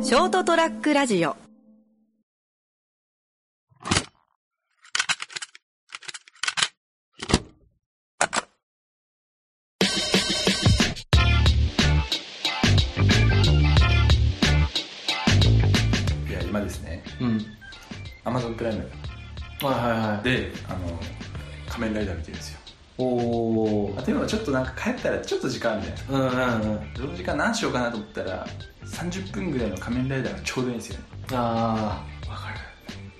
ショートトラックラジオいや今ですねうん。アマゾンプライムはいはいはい。であの仮面ライダー見てるんですよおおあ。というのはちょっとなんか帰ったらちょっと時間あるじゃないですかうんうんうん。その時間何しようかなと思ったら30分ぐらいの仮面ライダーがちょうどいいんですよねあわかあ。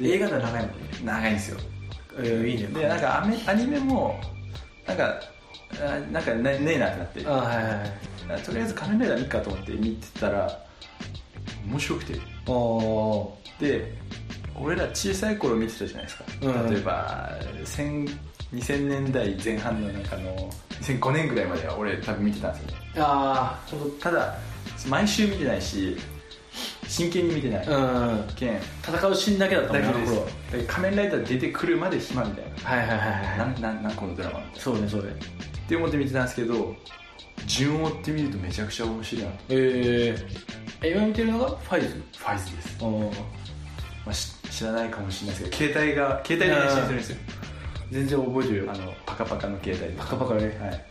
映画では長いもんね。る長いんですよえー、いいね。でなんかアメアニメもなんかあなんかねねえなってなってあはいはいはい。とりあえず仮面ライダー見っかと思って見てたら面白くておおで俺ら小さい頃見てたじゃないですか、うん例えば1000 2000年代前半の中の2005年ぐらいまでは俺多分見てたんですよねー。ああ。ちょっとただ毎週見てないし真剣に見てない、うんうん。けん戦うシーンだけだったもんねだけであすの頃で仮面ライダー出てくるまで暇みたいはいはいはいなはなんなんなんこのドラマみたいい。なそうねそうね。って思って見てたんですけど順を追ってみるとめちゃくちゃ面白いなとえー。え今見てるのがファイズ。ファイズです、おお。まあ、し知らないかもしれないですけど携帯が携帯で配信するんですよ全然覚えてるよあ。のパカパカの携帯でパカパカね。はい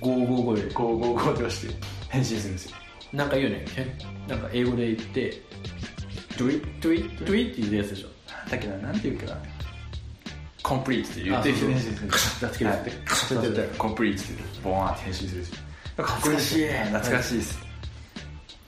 五五五で。こうこうこうとして変身するんですよなんか言うね。えなんか英語で言って。ドゥイッドゥイッドゥイって言うやつでしょ。だけどなんていうかなコンプリートって言ってあそう変身するんですカシャッつけるやはついカシャッつけるやつコンプリートって言ってボーンって変身するんですよかっこいいですよ懐かしい懐かしいです、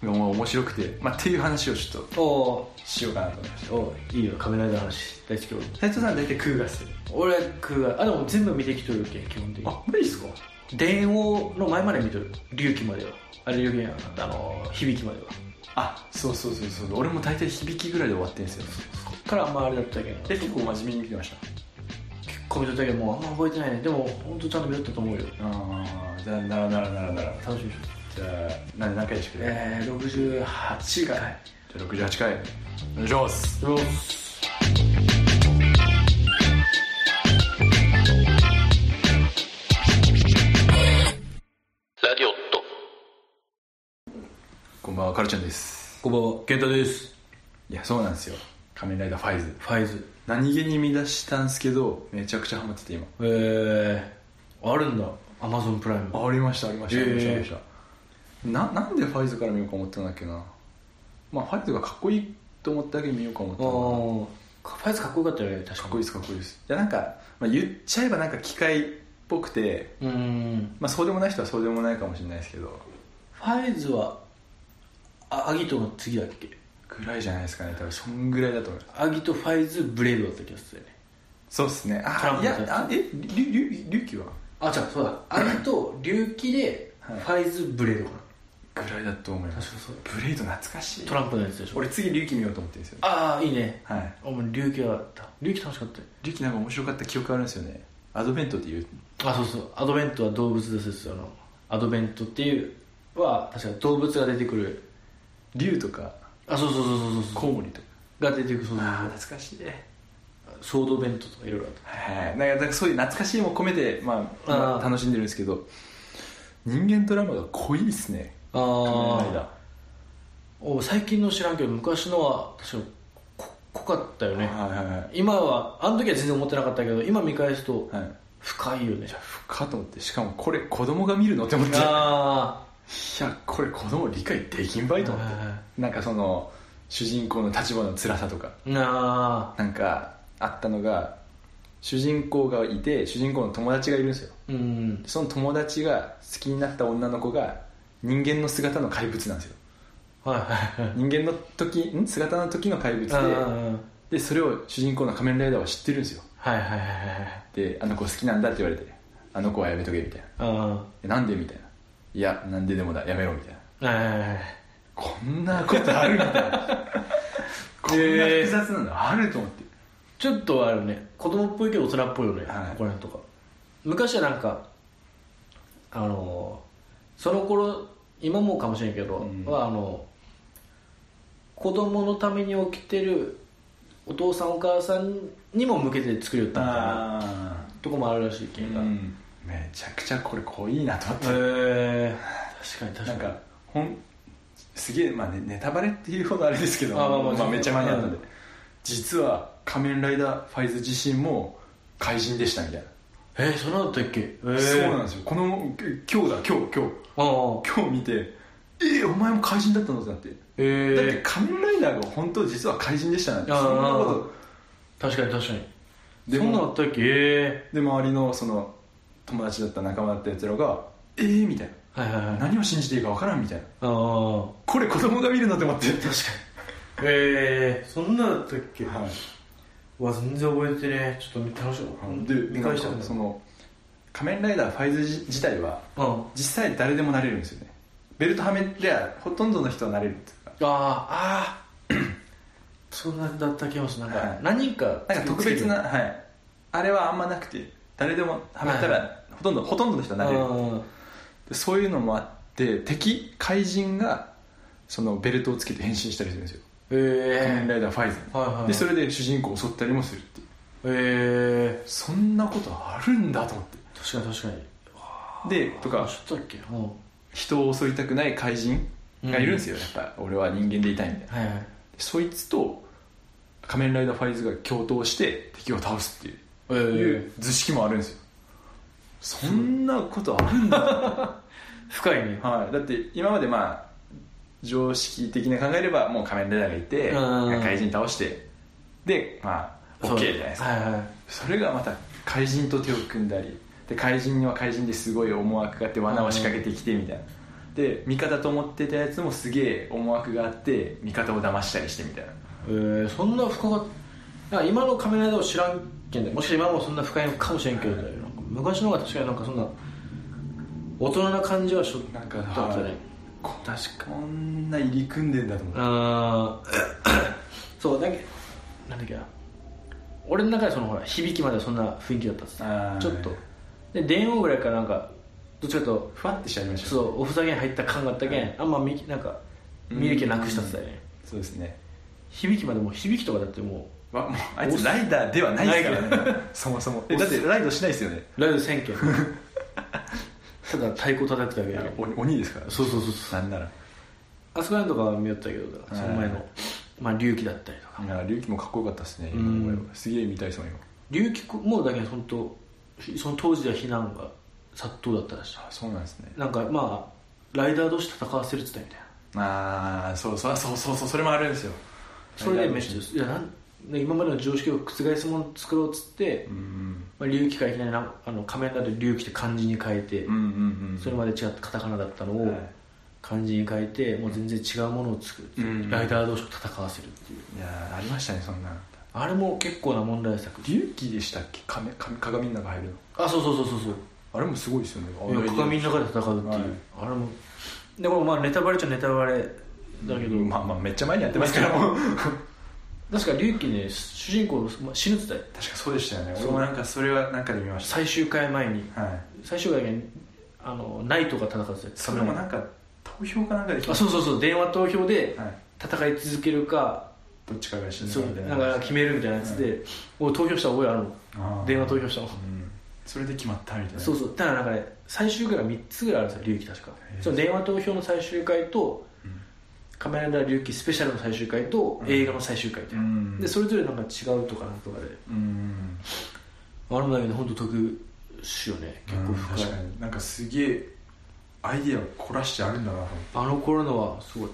もう面白くて、まあ、っていう話をちょっとおお。しようかなと思いましたおいいよ仮面ライダーの話大好き俺斉藤さん大体クーガス俺はクーガあでも全部見てきとるけ基本的に無理ですか電王の前まで見とる龍騎まではあれ龍騎やなあの響きまではあそうそうそうそう俺も大体響きぐらいで終わってるんですよこっからあんまあれだったけどえ結結構真面目に見てました構見とったけどもうあんま覚えてないねでも本当ちゃんと見とったと思うよああじゃあならならならなら楽しみでしょじゃあ何何回でしたっけ、えー、68回じゃあ68回お願いしますうおこんばんはカルちゃんですこんばんは健太ですいやそうなんですよ仮面ライダーファイズファイズ何気に見出したんですけどめちゃくちゃハマってて今えー、あるんだアマゾンプライムあありましたありました、へーありましたありましたななんでファイズから見ようか思ったんだっけなまあファイズがかっこいいと思っただけ見ようか思ったあのかなーファイズかっこよかったよね確かにかっこいいですかっこいいですいやなんか、まあ、言っちゃえばなんか機械っぽくてうーんまあそうでもない人はそうでもないかもしれないですけどファイズはあアギトの次だっけぐらいじゃないですかね多分そんぐらいだと思いますアギトファイズブレードだった気がするよねそうっすねトランあプいやのやつあえりゅりゅりゅうきはあ違うそうだアギト龍騎でフはいァイズブレードかな、ぐらいだと思います確かそうブレイド懐かしいトランプのやつでしょ俺次龍騎見ようと思ってるんですよああいいねはいお前龍騎は龍騎楽しかったよ龍騎なんか面白かった記憶あるんですよねアドベントっていうあそうそうアドベントは動物ですですよあのアドベントっていうは確か動物が出てくる竜とかあそうそうそうそうそうコウモリとかが出てくるそうそうそう懐かしいソードベントとかいろいろあっはいなんかなんかそういう懐かしいも込めて、まあ、あー今楽しんでるんですけど人間ドラマが濃いっすねた仮面あライダーお最近の知らんけど昔のは確かこ濃かったよねはいはいはい今はあの時は全然思ってなかったけど今見返すとはい深いよね、かと思ってしかもこれ子供が見るのって思っていあやこれ子供理解できんばいと思はいはいはってなんかその主人公の立場の辛さとかあなあなんかあったのが主人公がいて主人公の友達がいるんですようんその友達が好きになった女の子が人間の姿の怪物なんですよはいはいはい人間の時ん姿の時の怪物でうんでそれを主人公の仮面ライダーは知ってるんですよはいはいはいはいであの子好きなんだって言われてあの子はやめとけみたいなあえなんでみたいないやなんででもだやめろみたいなあはいはいはいこんなことあるみたいな こんな複雑なのあると思ってちょっとあるね子供っぽいけど大人っぽいよね、はいここら辺とか昔はなんかあのその頃今もかもしれんけど、うんはあの子供のために起きてるお父さんお母さんにも向けて作りよったみたいなあとこもあるらしいけーど、うんめちゃくちゃこれ濃いなと思ってへえ確かに確かなんにかほんすげえ、まあね、ネタバレっていうほどあれですけどあまあまあめっちゃ前にあったんで、うん実は仮面ライダーファイズ自身も怪人でしたみたいな、えー、そんなだったっけえー、そうなんですよこのえ今日だ今日今日ああ今日見てえー、お前も怪人だったのってなって、えだってー、仮面ライダーが本当実は怪人でしたなんてあーそんなこ確かに確かにとでそんなだもったっけえで周りのその友達だった仲間だったやつらがえー、みたいー、はいはいはいなあ何を信じていいか分からんみたいなあこれ子供が見るなと思って確かえー、そんなだったっけ、はいわ全然覚えてねちょっと見て楽しいで見返したなんんかだその仮面ライダーファイズ自自体はうん実際誰でもなれるんですよねベルトはめりゃほとんどの人はなれるっていうかあーあー そんなだった気がしますなんか、はい何かなんか特別な、はい、あれはあんまなくて誰でもはめたはいらほとんどほとんどの人はなれるあでそういうのもあって敵怪人がそのベルトをつけて変身したりするんですよ仮面えライダーファイズにー、はいはいでそれで主人公を襲ったりもするっていうえそんなことあるんだと思ってー、確かに確かにでとかちょっとだっけうん人を襲いたくない怪人がいるんですよ、やっぱ俺は人間でいたいみたいなはいはいそいつと仮面ライダーファイズが共闘して敵を倒すっていう,、えー、図式もあるんですよそんなことあるんだ、深いねはい、だって今までまあ常識的に考えればもう仮面ライダーがいてうん怪人倒してでまあ OK じゃないですかはいはいそれがまた怪人と手を組んだりで怪人には怪人ですごい思惑があって罠を仕掛けてきてみたいなで味方と思ってたやつもすげえ思惑があって味方を騙したりしてみたいなえー、そんな深かった今の仮面ライダーを知らんけんねもしかしたら今もそんな深いのかもしれんけど、なんか昔の方が確かになんかそんな大人な感じはしょなんかだったはねい確かこんな入り組んでんだと思うあー そうだけなんだっけな俺の中でそのほら響きまではそんな雰囲気だったっすあーちょっとで電王ぐらいからなんかどっちかというふわってしちゃいまとしたそうおふざけに入った感があったけん、あんま見なんか見る気なくしたっすよね、そうですね響きまでもう響きとかだってもわもうあいつライダーではないですからね そもそもえだってライドしないですよねうライブ1000件 ただ太鼓叩くだけやけんお鬼ですからそうそうそうそうなんならあそこら辺とかは見よったけどだからその前はの、まあ、龍騎だったりとかなんか龍騎もかっこよかったですねうん今思えばすげえ見たいですもん今龍騎もだけど本当その当時は非難が殺到だったらしいあそうなんですねなんかまあライダー同士戦わせるって言ったみたいなああそうそうそうそうそうそれもあるんですよそれでめっライちダゃーいやなんね今までの常識を覆すものを作ろうっつって、うんまあ、龍騎からいきなりなあの仮面ライダーで龍騎って漢字に変えて、うんうんうんそれまで違ったカタカナだったのをはい漢字に変えて、もう全然違うものを作るっていう、うんライダー同士を戦わせるっていういやーありましたねそんなあれも結構な問題作龍騎でしたっけ亀亀鏡の中入るのあそうそうそうそうそうあれもすごいですよねいや鏡の中で戦うっていう、はいあれもでもまあネタバレっちゃネタバレだけど、まあまあめっちゃ前にやってます からもう確か龍騎ね主人公まあ死ぬって言ったよ確かそうでしたよねそう俺もなんかそれはなんかで見まし最終回前にたはい最終回だけあのナイトが戦ってたやつそれもなんか投票かなんかで決まあっそうそうそう電話投票でたはい戦い続けるかどっちかが死そぬうみたいなんか決めるみたいなやつで、俺投票した覚えあるのあー電話投票したのうんそれで決まったみたいなそうそうただなんかね最終回が3つぐらいあるんですよ龍騎確かへえその電話投票の最終回とうん「仮面ライダー龍騎スペシャル」の最終回とうん映画の最終回みたいな、うんでそれぞれなんか違うとかなんとかでうんあれもだけど本当得しよね結構深い確かになんかすげえアイディアを凝らしてあるんだなと思ってあの頃のはすごい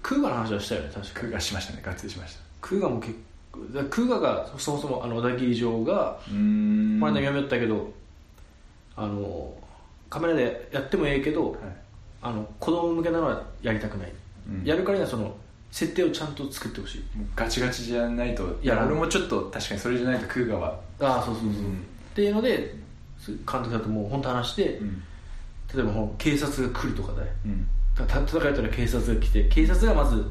クーガの話はしたよね確かクーガしましたねガッツリしましたクーガも結構だクーガがそもそもあの小田切城がうんこの間やめよったけど、あのカメラでやってもええけど、あの子供向けなのはやりたくない、やるるからにはその設定をちゃんと作ってほしいガチガチじゃないといやや俺もちょっと確かにそれじゃないとクーガはああそうそうそう、うんっていうので監督だともう本当話して、うん例えばもう警察が来るとかで、うんた戦いやったら警察が来て警察がまず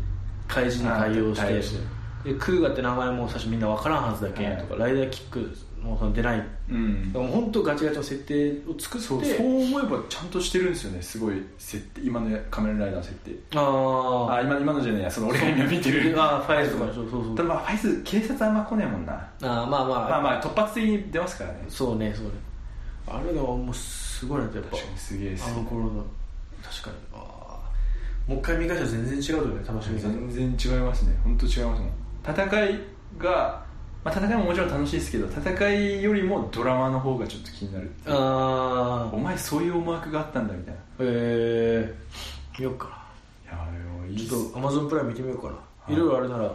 怪人の対応をして対応してでクーガって名前も最初みんな分からんはずだけんとか、ライダーキックもその出ないだかうんらもう本当ガチガチの設定を作ってそうそう思えばちゃんとしてるんですよねすごい設定今の仮面ライダーの設定ああ今今のじゃないやその俺が今見てるーあーファイルとかそうそうそうただまあファイズ警察あんま来ねえもんなあーまあまあ、まあまあ突発的に出ますからねそうねそうねあれがもうすごいなってやっぱ確かにすげえっすあの頃の確かにあもう一回見返したら全然違うとね楽しみ方全然違いますね本当違いますもん戦いが、まあ、戦いももちろん楽しいですけど戦いよりもドラマの方がちょっと気になるあお前そういう思惑があったんだみたいなーへえ見よっかないやでもいいっちすょっとアマゾンプライム見てみようかな、いい、ろいろあれなら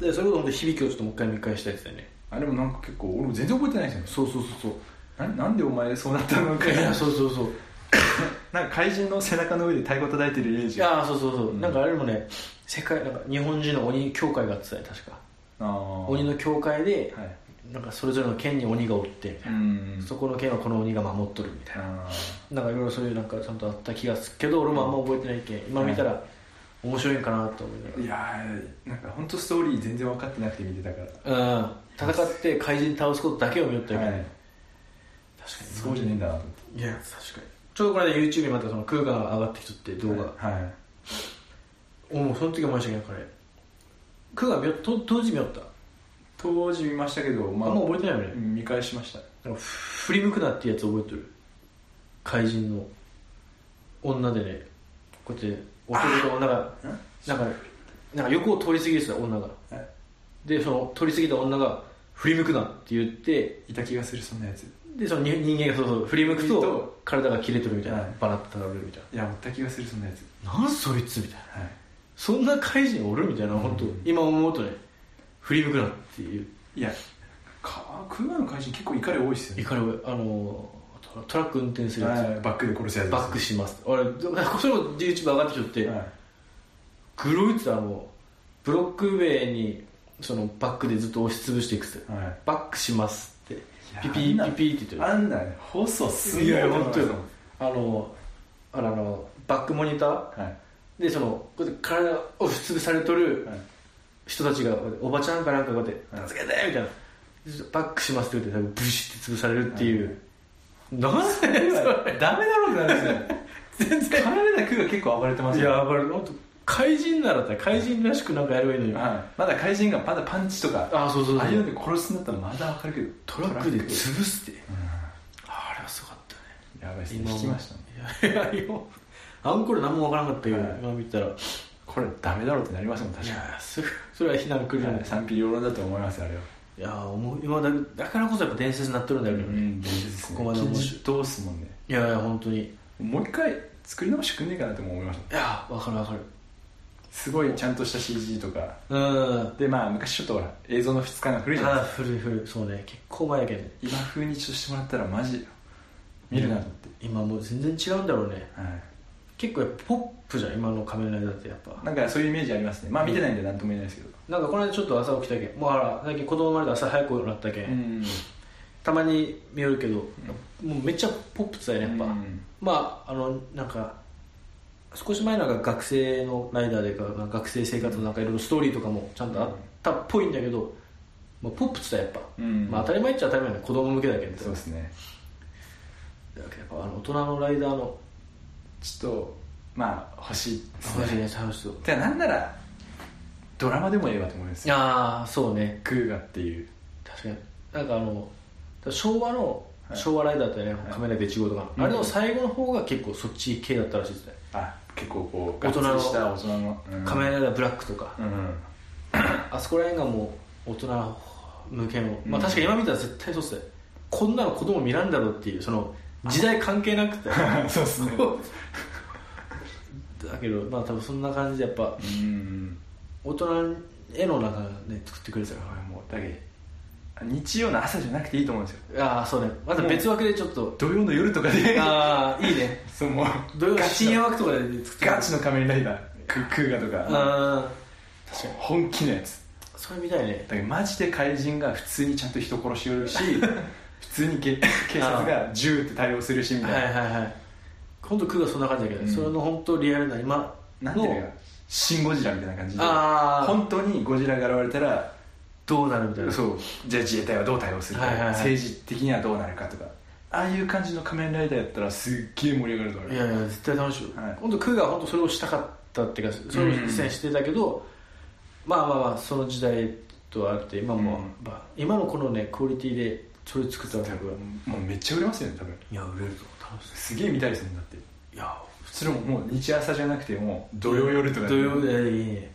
でそれこそ本当に響きをちょっともう一回見返したやつだよねあれもなんか結構俺も全然覚えてないですよねそうそうそうななんでお前そうなったのかそういや そうそうそう なんか怪人の背中の上で太鼓叩いてるイメーいジあやそうそうそう、なんかあれもね世界なんか日本人の鬼協会があってたよ確かあ鬼の協会で、はいなんかそれぞれの県に鬼がおってみたういな、んそこの県はこの鬼が守っとるみたいな、あなんかいろいろそういうなんかちゃんとあった気がするけど俺もあんま覚えてないけん今見たら面白いんかなと思いながーいやーなんか本当ストーリー全然分かってなくて見てたかららうん戦って怪人倒すことだけを見よったよね、はい確かにそうじゃねえんだなと思っいや確かにちょうどこれで YouTube にまたその空間が上がってきとって動画、てはいおもうその時思いましたけどこれ空間見よと当時見よった当時見ましたけど、まああ、んま覚えてないよねうん見返しましたなんかふ振り向くなってやつ覚えてる怪人の女でねこうやって男と女がなんかなんか横を通り過ぎてた女がえでその通り過ぎた女が振り向くなって言っていた気がするそんなやついでそのに人間がそうそう振り向く振り向くとと体が切れてるみたいな、はいバラッと倒れるみたいやおった気がするそんなやつななんそいつみたいなはいそんな怪人おるみたいな本当、今思うとね振り向くなっていういやかクーガの怪人結構怒り多いっすよね怒りをあのトラトラック運転するやつ、はいバックで殺すやつバックします俺それも YouTube 上がってきとって、はいグロいつあのブロック塀にそのバックでずっと押しつぶしていくっつって、はいバックしますってやピピあんなピピって言ってあんなね細するぎいやる本当よあのあのあのバックモニターはいでそのこうやって体を押しつぶされとるはい人たちがおばちゃんかなんかこうやっては「い助けて!」みたいなバックしますって言って多分ブシって潰されるっていう、なんでそれ ダメだろうってなるんですよ全然離れたクーガ結構暴れてますいよやばい本当怪人ならって怪人らしくなんかやればいいのに、はいまだ怪人がまだパンチとかあそうそうあそうあいうので殺すんだったらまだ分かるけどトラックでト潰すって、あれはすごかったねラックやばいっすね聞きましたねねいやいやよあんこれ何もわからなかったけど、はい今見たらいこれダメだろうってなりますもん確かにやそれそれは非難くるじゃないですか、賛否両論だと思いますあれは、いや思う今だだからこそやっぱ伝説になってるんだよね、ん、伝説ですねここまで面白いどうすもんねいやいや本当にいもう一回作り直してくんねえかなとも思いましたやわかるわかるすごいちゃんとした CG とかうんでまあ昔ちょっとほら映像の質感が古いじゃないあであ古い古いそうね結構前やけどすか今風にちょっとしてもらったらマジ見るなと思って、今もう全然違うんだろうねはい結構やっぱポップじゃん今の仮面ライダーってやっぱなんかそういうイメージありますねまあ見てないんで何とも言えないですけどなんかこの間ちょっと朝起きたけんもうあら最近子供生まれて朝早くなったけん、んたまに見よるけど、もうめっちゃポップつだよねやっぱ、うんまああのなんか少し前なんか学生のライダーでかなんか学生生活のなんかいろいろストーリーとかもちゃんとあったっぽいんだけど、まあ、ポップつだやっぱ、うんまあ、当たり前っちゃ当たり前だね子供向けだけどそうですねだけどやっぱあの大人のライダーのちょっとまあ欲しいです話ねね楽しそうてかなんならドラマでもええわと思いますよああそうねクーガっていう確かになんかあの昭和のはい昭和ライダーってね、仮面ライダー1号とかの、うんあれの最後の方が結構そっち系だったらしいですね、あ結構こう大人のがっつりした大人の、うん仮面ライダーブラックとか、うん あそこら辺がもう大人向けの、まあ、確かに今見たら絶対そうっすねこんなの子供見らんだろうっていうその時代関係なくてだそうですねけどまあ多分そんな感じでやっぱうん大人へのなんかね作ってくれてたかこれもうだけ日曜の朝じゃなくていいと思うんですよらああそうねまた別枠でちょっと土曜の夜とかでああいいねそうもう土曜ガチ深の夜枠とかで作ってくれガチの仮面ライダーククーガとかああ確かに本気のやつそれみたいねだけどマジで怪人が普通にちゃんと人殺しよるし 普通にけ警察が銃って対応するしみたはいいな、はいはい今度空がそんな感じだけど、うんそれの本当リアルな今なんていうののかシン・ゴジラみたいな感じであー本当にゴジラが現れたらどうなるみたいなそうじゃあ自衛隊はどう対応するか、はいはいはい政治的にはどうなるかとかああいう感じの仮面ライダーやったらすっげえ盛り上がると思ういやいや絶対楽しいよ、はい本当クーガーは本当それをしたかったっていうかそれを実践してたけど、まあまあまあその時代とはあって今も、うんまあ、今のこのねクオリティでそれ作ったら僕はもうめっちゃ売れますよね多分いや売れると思う楽しすげえ見たいですもんだっていいやそれももう日朝じゃなくてもう土曜夜とか土曜でいい ね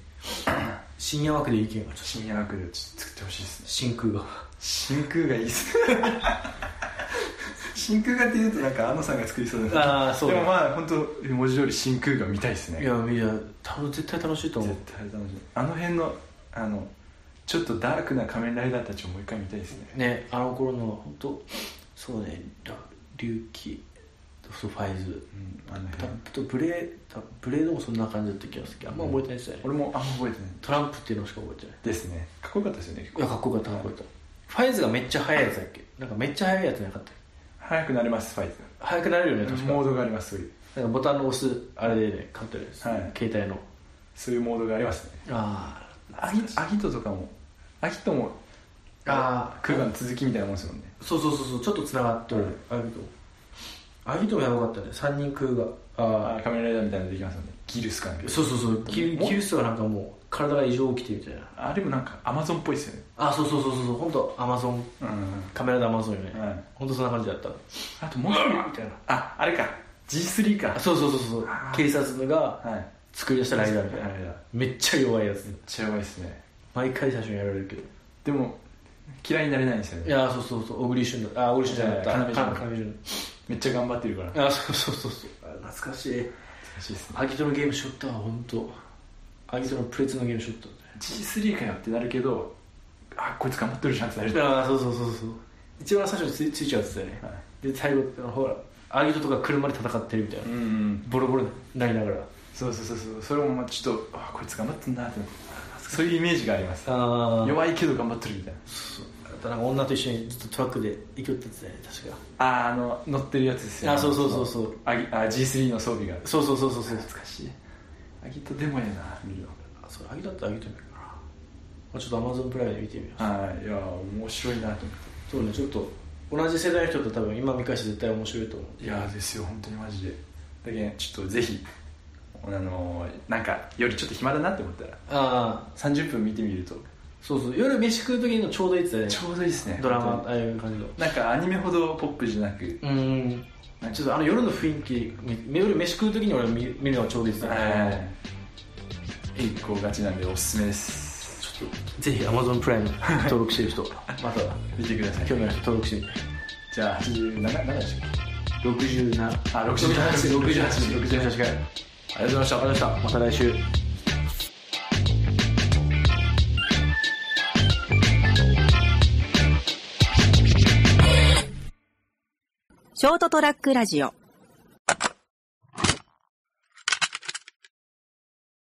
深夜枠で意見がちょっと深夜枠でちょっと作ってほしいですね真空が真空がいいっす真空がっていうとなんか安野さんが作りそうだなああそでうもだまあ本当文字通り真空が見たいですねいやいや多分絶対楽しいと思絶う対楽しいあの辺のあのちょっとダークな仮面ライダーたちをもう一回見たいですねねあの頃の本当そうねだ龍騎そうファイズうんあのた辺とブレーたブレードもそんな感じだった気がするけどあんま覚えてないですよね、俺もあんま覚えてないトランプっていうのしか覚えてないですねかっこよかったですよね結い構やかっこよかったかっこよかったファイズがめっちゃ速いやつだっけなんかめっちゃ速いやつなかった早くなれますファイ速くなれるよねト確かモードがありますそういうなんかボタンの押すあれでね買ってるやつ、はい携帯のそういうモードがありますねあアギアギトとかもアギトもあークーガの続きみたいなもんですもんねそうそうそうそうちょっとつながってる、アギトアギトもやばかったね3人空がああー仮面ライダーみたいなのできますもんねギルスかなんかあそうそうそうキもキルスはなんかもう体が異常起きてるみたいなあれもなんかアマゾンっぽいですよねあそうそうそうそうそう本当アマゾンうんカメラでアマゾンよね、はい本当そんな感じだったあともう一個みたいなああれか G3 かあそうそうそうそうあー警察がはいめっ作り出したライダーみたいなライダーめっちゃ弱いやつちゃ弱いですね毎回最初にやられるけどでも嫌いになれないんですよいねやーそうそうそう小栗旬だあ小栗旬じゃなかったいや要潤か要潤めっちゃ頑張ってるからあそうそうそうそうあ懐かしい難しいですねアギトのゲームしょったわ本当アギトのプレツのゲームしょったんだ G3 かよってなるけどあこいつ頑張ってるじゃんってなるよああそうそうそうそう一番最初についついちゃうやつだよね、はで最後ほらアギトとか車で戦ってるみたいな、うんうんボロボロになりながらそうそうそうそうそれもまあちょっとあこいつ頑張ってんなってなってそういうイメージがありますあ弱いけど頑張ってるみたいなそうあとなんか女と一緒にずっとトラックで行くってやつだよね確かあーあの乗ってるやつですよねあそうそうそうそうあぎあ G3 の装備がそうそうそうそうそう懐かしいアギトでもええな見るのあそれアギトだったらアギト見るかなまあちょっとアマゾンプライムで見てみようはいいや面白いなと思っそうねちょっと同じ世代の人と多分今見返して絶対面白いと思うていやですよ本当にマジでだけどちょっとぜひあのーなんかよりちょっと暇だなって思ったらああ30分見てみるとそうそう夜飯食う時のちょうどいいやつだよねちょうどいいですねドラマ本ああいう感じの当になんかアニメほどポップじゃなくうーんちょっとあの夜の雰囲気み夜飯食う時に俺見見るのがちょうどいいですね、はい一行勝ちなんでおすすめですちょっぜひ Amazon プライム登録してる 人またはと見てください興味ある人登録してみてじゃあ87何でしたっけ67ああ68 68 68 68回ありがとうございましたありがとうございましたまた来週ショートトラックラジオ